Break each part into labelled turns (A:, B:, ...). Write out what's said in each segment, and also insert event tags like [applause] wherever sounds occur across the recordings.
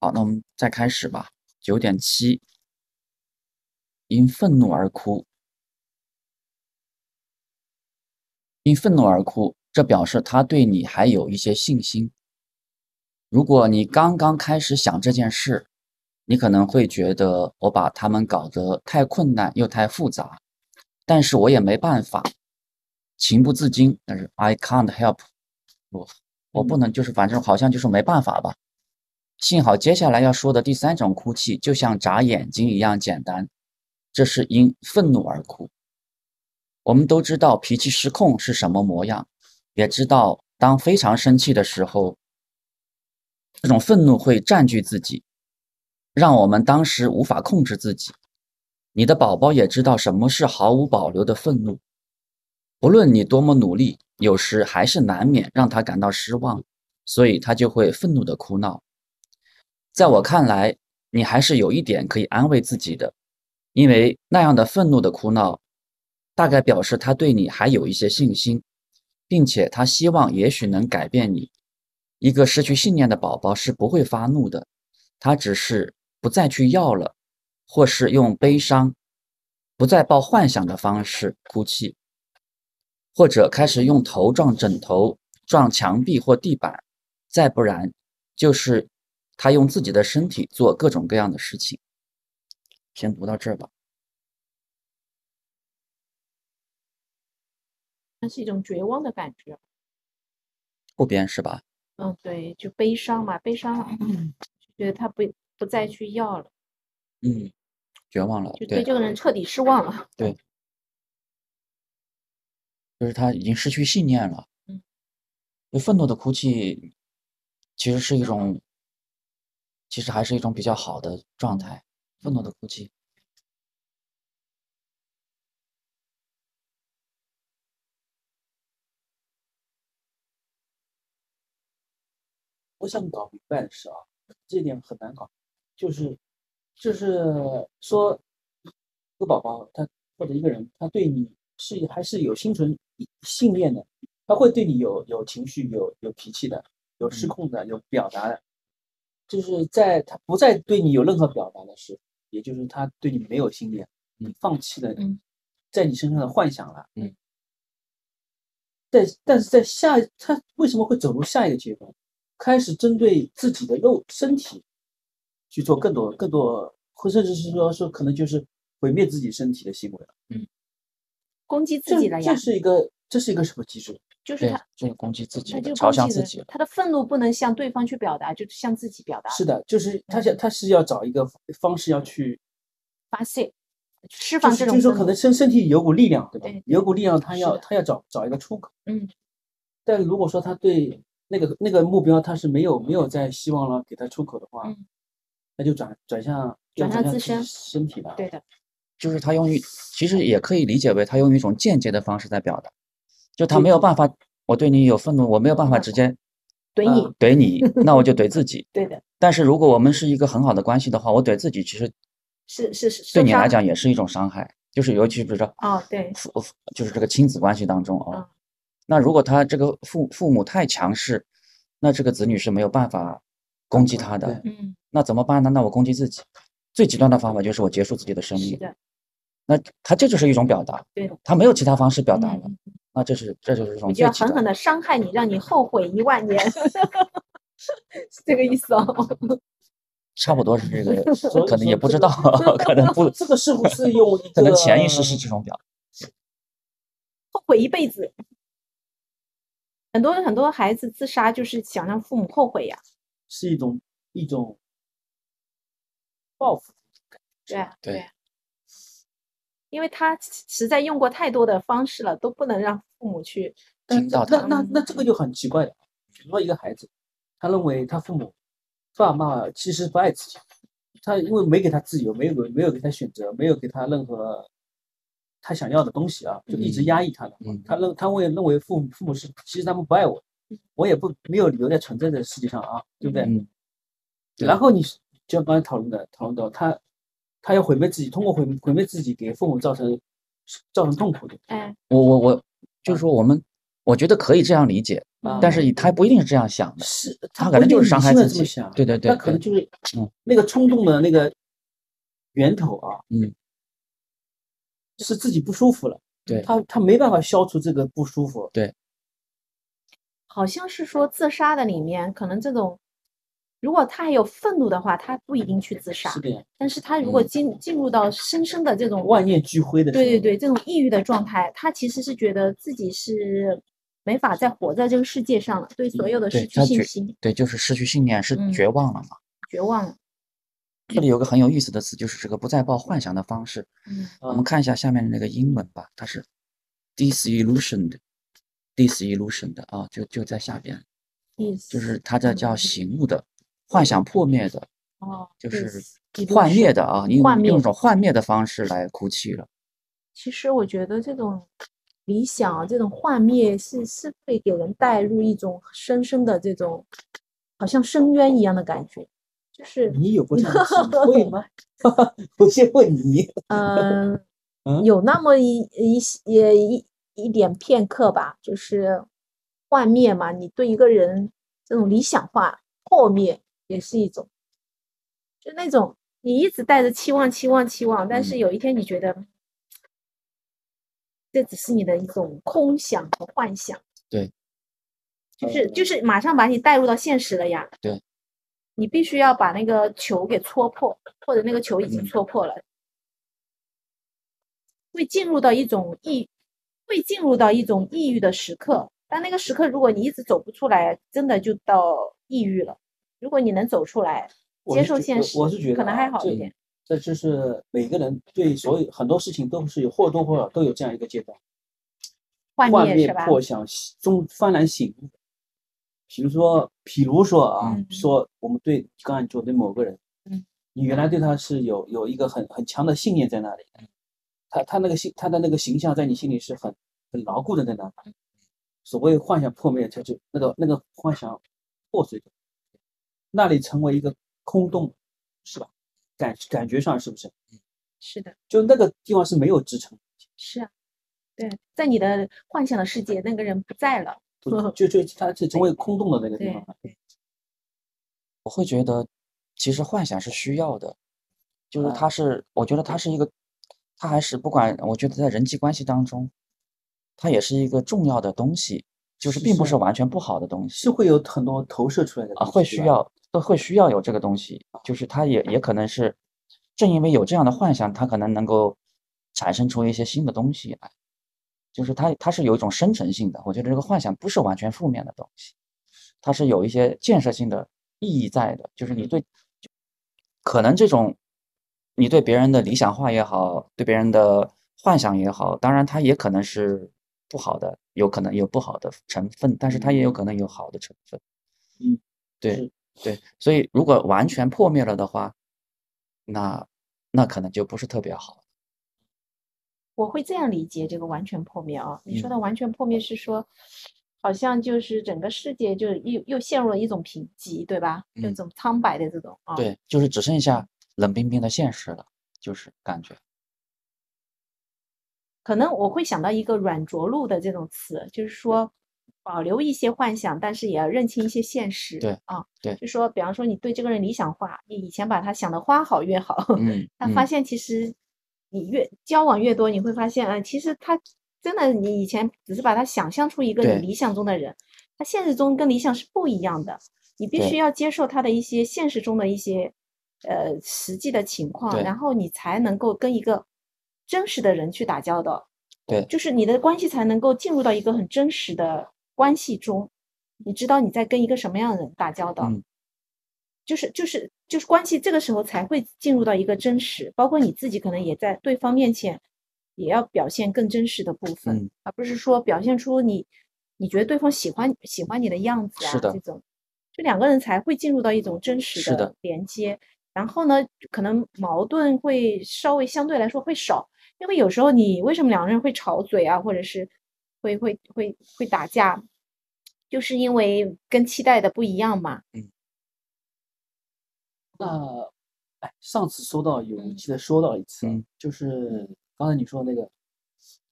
A: 好，那我们再开始吧。九点七，因愤怒而哭，因愤怒而哭，这表示他对你还有一些信心。如果你刚刚开始想这件事，你可能会觉得我把他们搞得太困难又太复杂，但是我也没办法，情不自禁。但是 I can't help，我我不能，就是反正好像就是没办法吧。幸好接下来要说的第三种哭泣，就像眨眼睛一样简单，这是因愤怒而哭。我们都知道脾气失控是什么模样，也知道当非常生气的时候，这种愤怒会占据自己，让我们当时无法控制自己。你的宝宝也知道什么是毫无保留的愤怒，不论你多么努力，有时还是难免让他感到失望，所以他就会愤怒的哭闹。在我看来，你还是有一点可以安慰自己的，因为那样的愤怒的哭闹，大概表示他对你还有一些信心，并且他希望也许能改变你。一个失去信念的宝宝是不会发怒的，他只是不再去要了，或是用悲伤、不再抱幻想的方式哭泣，或者开始用头撞枕头、撞墙壁或地板，再不然就是。他用自己的身体做各种各样的事情。先读到这儿吧。
B: 那是一种绝望的感觉。
A: 后边是吧？
B: 嗯，对，就悲伤嘛，悲伤，觉得他不不再去要了。
A: 嗯，绝望了，
B: 就对这个人彻底失望了。
A: 对，就是他已经失去信念了。
B: 嗯，
A: 就愤怒的哭泣，其实是一种。其实还是一种比较好的状态，愤
B: 嗯
A: 怒的哭泣。
C: 我想搞明白的是啊，这点很难搞，就是就是说，一个宝宝他或者一个人，他对你是还是有心存信念的，他会对你有有情绪、有有脾气的、有失控的、有表达的。就是在他不再对你有任何表达的时候，也就是他对你没有信念，你放弃了在你身上的幻想了。
A: 嗯。
C: 但但是在下他为什么会走入下一个阶段，开始针对自己的肉身体去做更多更多，或甚至是说说可能就是毁灭自己身体的行为了。
A: 嗯。
B: 攻击自己了呀？
C: 这是一个这是一个什么机制？
B: 就是他，
A: 就是攻击自己，
B: 他就
A: 嘲
B: 攻
A: 笑
B: 击
A: 自
B: 了
A: 己了。
B: 他的愤怒不能向对方去表达，就向自己表达，
C: 是的，
B: 嗯
C: 就是他想他是要找一个方式要去
B: 发泄，释
C: 就
B: 放
C: 是
B: 这
C: 就
B: 种
C: 是说，
B: 愤
C: 可
B: 怒
C: 能身身体有股力量，对吧？
B: 对
C: 有股力量，他
B: 是
C: 要
B: 的
C: 他要找找一个出口。
B: 嗯。
C: 但如果说他对那个那个目标他是没有没有再希望了，给他出口的话，
B: 嗯
C: 那就转转向就
B: 转向自
C: 自己
B: 身
C: 身体了。
B: 对的，
A: 就是他用一，其实也可以理解为他用一种间接的方式在表达，就他没有办法，我对你有愤怒，我没有办法直接
B: 怼你，
A: 怼你，那我就怼自己。
B: 对的，
A: 但是如果我们是一个很好的关系的话，我怼自己其实
B: 是是是，
A: 对
B: 受
A: 你来
B: 伤
A: 讲也是一种伤害，就是尤其比如说
B: 哦，对，
A: 父父就是这个亲子关系当中
B: 嗯
A: 哦，那如果他这个父父母太强势，那这个子女是没有办法攻击他的，
C: 对
B: 嗯，
A: 那怎么办呢？那我攻击自己，最极端的方法就是我结束自己的生
B: 是
A: 命，
B: 的，
A: 那他这就是一种表达，
B: 对的，
A: 他没有其他方式表达了，
B: 嗯
A: 那这是这就是一种
B: 我就
A: 最
B: 要
A: 极
B: 狠狠
A: 端。
B: 的伤害你，让你后悔一万年，是这个意思哦。
A: 差不多是这
C: [laughs]
A: 个
C: 所，以
A: 可能也
C: 说
A: 不
C: 这
A: 知
C: 个
A: 道， [laughs] 可能
C: [laughs]
A: 不，
C: 这个是不是用一
A: [laughs] 可
C: 个
A: 能潜意识是这种表达。
B: 后悔一辈子。很多很多孩子自杀就是想让父母后悔呀，
C: 是一种一种报复？
B: 对啊
A: 对
B: 啊因为他实在用过太多的方式了，都不能让父母去，
C: 但
A: 听到
C: 呃那
A: 他
C: 那
B: 们
C: 那这个就很奇怪了。比如说一个孩子，他认为他父母爸妈其实不爱自己，他因为没给他自由，没有没有给他选择，没有给他任何他想要的东西啊，就一直
A: 嗯
C: 压抑他了。
A: 嗯，
C: 他认他会认为父母父母是其实他们不爱我，我也不没有理由再存在这个世界上啊，对不对？
A: 嗯对
C: 然后你就像刚才讨论的讨论到他，他要毁灭自己，通过毁毁灭自己给父母造成造成痛苦的，
B: 哎，
A: 我我我，就是说我们，我觉得可以这样理解，
B: 呃
C: 啊
A: 但是他不一定是这样想的，
C: 是
A: 他
C: 他
A: 可能
C: 不
A: 就
C: 一
A: 是
C: 定
A: 伤害
C: 理性
A: 自
C: 地这么
A: 己
C: 想。啊
A: 对对对
C: 他可能
A: 对
C: 就是
A: 嗯
C: 那个冲动的那个源头啊，
A: 嗯，
C: 是自己不舒服了，
A: 对
C: 他他没办法消除这个不舒服，
B: 好像是说自杀的里面，可能这种，如果他还有愤怒的话，他不一定去自杀
C: 是，的呀，
B: 但是他如果
A: 嗯
B: 进进入到深深的这种
C: 万念俱灰的时候，
B: 对对对，这种抑郁的状态，他其实是觉得自己是没法再活在这个世界上了，对所有的
A: 对
B: 失去
A: 他
B: 信
A: 觉
B: 心，
A: 对，就是失去信念，是
B: 嗯
A: 绝望了嘛。
B: 绝望了。
A: 这里有个很有意思的词，就是这个不再抱幻想的方式。
B: 嗯，
A: 我们看一下下面的那个英文吧，它是 disillusioned，disillusioned 啊，就就在下边，
B: 意思
A: 就是它这叫
B: 嗯
A: 醒悟的，幻想破灭的，
B: 哦，
A: 就
B: 意
A: 是
B: 思一路
A: 幻
B: 是
A: 灭的啊，你
B: 幻
A: 用
B: 灭
A: 用一种幻灭的方式来哭泣了。
B: 其实我觉得这种理想、啊这种幻灭是是会给人带入一种深深的这种，好像深渊一样的感觉。就是，
C: 你有过这样的体
B: [laughs]
C: 会吗？我先问你， [laughs]
A: [laughs]
B: 嗯、
C: 嗯
B: 有那么一一些一一点片刻吧，就是幻灭嘛。你对一个人这种理想化破灭也是一种，就那种你一直带着期望、期望、期望，但是
A: 嗯
B: 有一天你觉得。这只是你的一种空想和幻想。
A: 对，
B: 就是就是马上把你带入到现实了呀。
A: 对，
B: 你必须要把那个球给戳破，或者那个球已经
A: 嗯
B: 戳破了，会进入到一种抑，会进入到一种抑郁的时刻。但那个时刻，如果你一直走不出来，真的就到抑郁了。如果你能走出来，
C: 我
B: 接
C: 是
B: 受
C: 觉
B: 现
C: 我
B: 实，
C: 我是觉得
B: 可能
C: 啊
B: 还好
C: 这
B: 一点。
C: 这就是每个人对所有很多事情都是有或多或少都有这样一个阶段，
B: 幻
C: 幻
B: 灭是吧？
C: 破想中幡然醒悟。比如说，比如说啊，
B: 嗯
C: 说我们对刚才你说对某个人，
B: 嗯
C: 你原来对他是有有一个很很强的信念在那里，
B: 嗯
C: 他他那个形他的那个形象在你心里是很很牢固的在那
B: 嗯
C: 里。所谓幻想破灭，它就那个那个幻想破碎掉，那里成为一个空洞，是吧？感感觉上是不是？
B: 是的，
C: 就那个地方是没有支撑，
B: 是啊，对，在你的幻想的世界，那个人不在了。
C: 不就就它是成为空洞的那个地
B: 对
C: 方了。
A: 我会觉得，其实幻想是需要的，就是它
C: 啊
A: 是，我觉得它是一个，它还是不管，我觉得在人际关系当中，它也是一个重要的东西，就是
C: 是
A: 并不
C: 是
A: 是完全不好的东西
C: 是会有很多投射出来的
A: 啊，
C: 东
A: 会
C: 西
A: 需
C: 对吧
A: 要都会需要有这个东西，就是它也也可能是，正因为有这样的幻想，它可能能够产生出一些新的东西来，就是它它是有一种生成性的，我觉得这个幻想不是完全负面的东西，它是有一些建设性的意义在的，就是你对，可能这种你对别人的理想化也好，对别人的幻想也好，当然它也可能是不好的，有可能有不好的成分，但是它也有可能有好的成分。对
C: 是
A: 对，所以如果完全破灭了的话，那那可能就不是特别好。
B: 我会这样理解这个完全破灭啊。你说
A: 嗯
B: 的完全破灭是说，好像就是整个世界就又又陷入了一种贫瘠，对吧？
A: 嗯
B: 就这种苍白的这种啊。，
A: 对，就是只剩下冷冰冰的现实了，就是感觉。
B: 可能我会想到一个软着陆的这种词，就是说保留一些幻想，但是也要认清一些现实。
A: 对
B: 啊，
A: 对
B: 就说比方说你对这个人理想化，你以前把他想的花好月
A: [laughs]
B: 好，
A: 嗯
B: 但哦发
A: 嗯，
B: 现其实你越交往越多，你会发现，啊，其实他真的，你以前只是把他想象出一个
A: 对
B: 你理想中的人，他现实中跟理想是不一样的。你必须
A: 对
B: 要接受他的一些现实中的一些呃实际的情况，
A: 对
B: 然后你才能够跟一个真实的人去打交道。
A: 对
B: 就是你的关系才能够进入到一个很真实的关系中，你知道你在跟一个什么样的人打交道。
A: 嗯
B: 就是就是就是关系，这个时候才会进入到一个真实，包括你自己可能也在对方面前也要表现更真实的部分，
A: 嗯
B: 而不是说表现出你你觉得对方喜欢喜欢你的样子啊
A: 是的
B: 这种，就两个人才会进入到一种真实
A: 是的
B: 的连接。然后呢，可能矛盾会稍微相对来说会少，因为有时候你为什么两个人会吵嘴啊，或者是会会会会打架，就是因为跟期待的不一样嘛。
C: 那，哎，上次说到有一
B: 嗯
C: 期的说到一次啊
A: 嗯，
C: 就是刚才你说那个，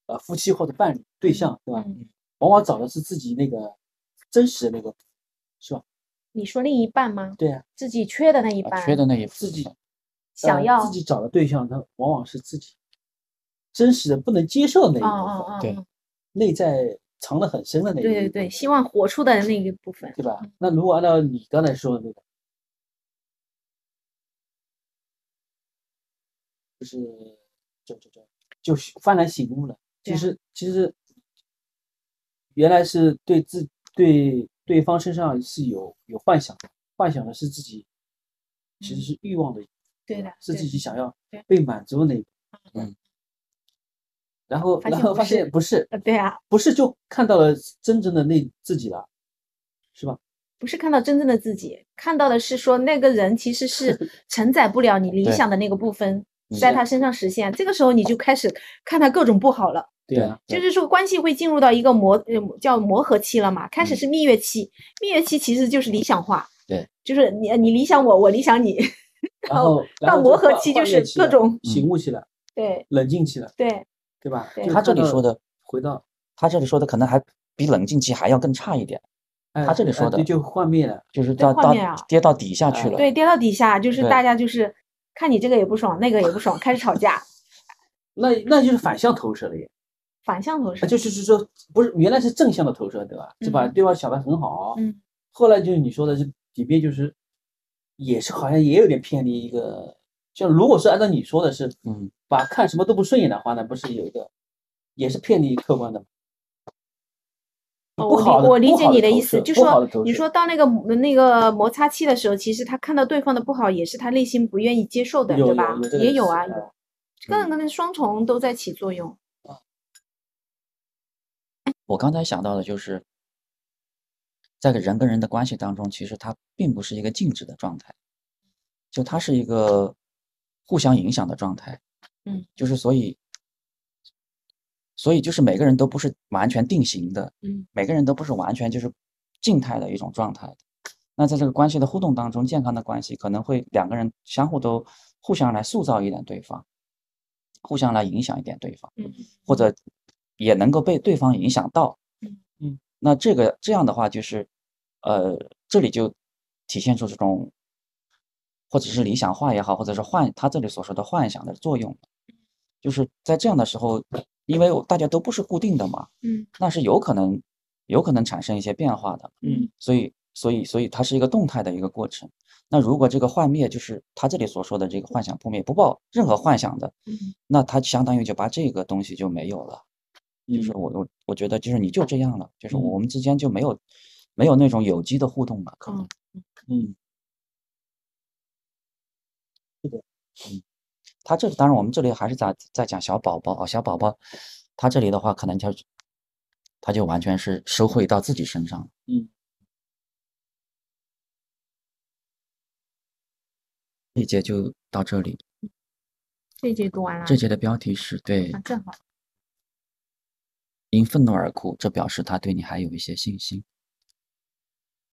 C: 呃，夫妻或者伴侣对象，对吧
B: 嗯？
C: 往往找的是自己那个真实的那个，是吧？
B: 你说另一半吗？
C: 对啊，
B: 自己缺的那一
A: 啊
B: 半，
A: 缺的那一部
C: 自己
A: 分
B: 想
C: 呃
B: 要，
C: 自己找的对象，他往往是自己真实的不能接受的那
B: 哦
C: 一部分，
B: 哦哦，
A: 对
B: 哦
C: 内在藏得很深的那一部
B: 对
C: 分，
B: 对对，希望活出的那一部分，
C: 对吧？那如果按照你刚才说的那个，就是就就就就是幡然醒悟了。
B: 对
C: 其
B: 啊
C: 实其实原来是对自对对方身上是有有幻想的，幻想的是自己其
B: 嗯
C: 实是欲望的一部分，
B: 对
C: 吧
B: 的
C: 是自
B: 对
C: 己想要
B: 对
C: 被满足的那一部分。
A: 嗯。
C: 然后，
B: 发
C: 然
B: 现
C: 后
B: 不
C: 发
B: 是
C: 现不是，
B: 呃，对啊，
C: 不是就看到了真正的那自己了，是吧？
B: 不是看到真正的自己，看到的是说那个人其实
C: [laughs]
B: 是承载不了你理
A: 对
B: 想的那个部分
A: 嗯
B: 在他身上实现，这个时候你就开始看他各种不好了。
C: 对
A: 啊
C: 啊，
B: 就
C: 对
B: 是说关系会进入到一个磨呃叫磨合期了嘛，开始
A: 嗯
B: 是蜜月期，蜜月期其实就是理想化，
A: 对，
B: 就是你你理想我，我理想你， [laughs]
C: 然后然
B: 到
C: 后
B: 哦磨
C: 就
B: 合
C: 换
B: 期
C: 换
B: 就
C: 面
B: 是
C: 期
B: 各
C: 了
B: 种
C: 醒悟起来，
B: 对
C: 冷静起来，
B: 对
C: 对吧？
B: 对
C: 就
A: 他这
C: 看
A: 里
C: 到
A: 说的，
C: 回到
A: 他这里说的可能还比冷静期还要更差一点，
C: 哎
A: 他这里
C: 哎
A: 说的
C: 对就幻灭了，
A: 就是到
B: 画
A: 到
B: 面啊
A: 跌到底下去
C: 啊
A: 了。
B: 对，跌到底下就是
A: 对
B: 大家就是看你这个也不爽，那个也不爽，开始吵架，
C: 那那就是反向投射了耶，
B: 反向投射
C: 啊，就就是说不是原来是正向的投射，对吧？是把
B: 嗯
C: 对方想的很好，
B: 嗯，
C: 后来就是你说的是里面就是也是好像也有点偏离一个，像如果是按照你说的是，
A: 嗯，
C: 把看什么都不顺眼的话，那不是有一个也是偏离客观的吗。
B: 哦
C: 不
B: 我
C: 好
B: 理我理
C: 不
B: 解
C: 好
B: 你的
C: 投
B: 意思，
C: 射
B: 就
C: 不好的
B: 说
C: 投
B: 你
C: 射
B: 说到那个那个摩擦期的时候，其实他看到对方的不好，也是他内心不愿意接受的，
C: 有
B: 对
C: 有
B: 吧
C: 有这？个
B: 也有
C: 是
B: 啊，
C: 嗯
B: 有，这个可能双重都在起作用。
A: 我刚才想到的就是，在人跟人的关系当中，其实它并不是一个静止的状态，就它是一个互相影响的状态。
B: 嗯，
A: 就是所以，所以就是每个人都不是完全定型的，
B: 嗯，
A: 每个人都不是完全就是静态的一种状态。那在这个关系的互动当中，健康的关系可能会两个人相互都互相来塑造一点对方，互相来影响一点对方。
B: 嗯，
A: 或者也能够被对方影响到。
B: 嗯
C: 嗯，
A: 那这个这样的话，就是呃，这里就体现出这种或者是理想化也好，或者是幻他这里所说的幻想的作用，
B: 嗯
A: 就是在这样的时候，因为大家都不是固定的嘛，
B: 嗯
A: 那是有可能有可能产生一些变化的。
C: 嗯，
A: 所以所以所以它是一个动态的一个过程。那如果这个幻灭，就是他这里所说的这个幻想破灭，不抱任何幻想的，
B: 嗯
A: 那他相当于就把这个东西就没有了。就是
C: 嗯
A: 我我我觉得就是你就这样了，就是
C: 嗯
A: 我们之间就没有没有那种有机的互动了，可能
B: 嗯。
C: 嗯，
A: 他这当然我们这里还是在在讲小宝宝啊，小宝宝，他这里的话可能就是他就完全是收回到自己身上了。
C: 嗯，
A: 这一节就到这里，
B: 这节读完了，
A: 这
C: 啊
A: 节的标题是对
B: 啊，正好。
A: 因愤怒而哭，这表示他对你还有一些信心。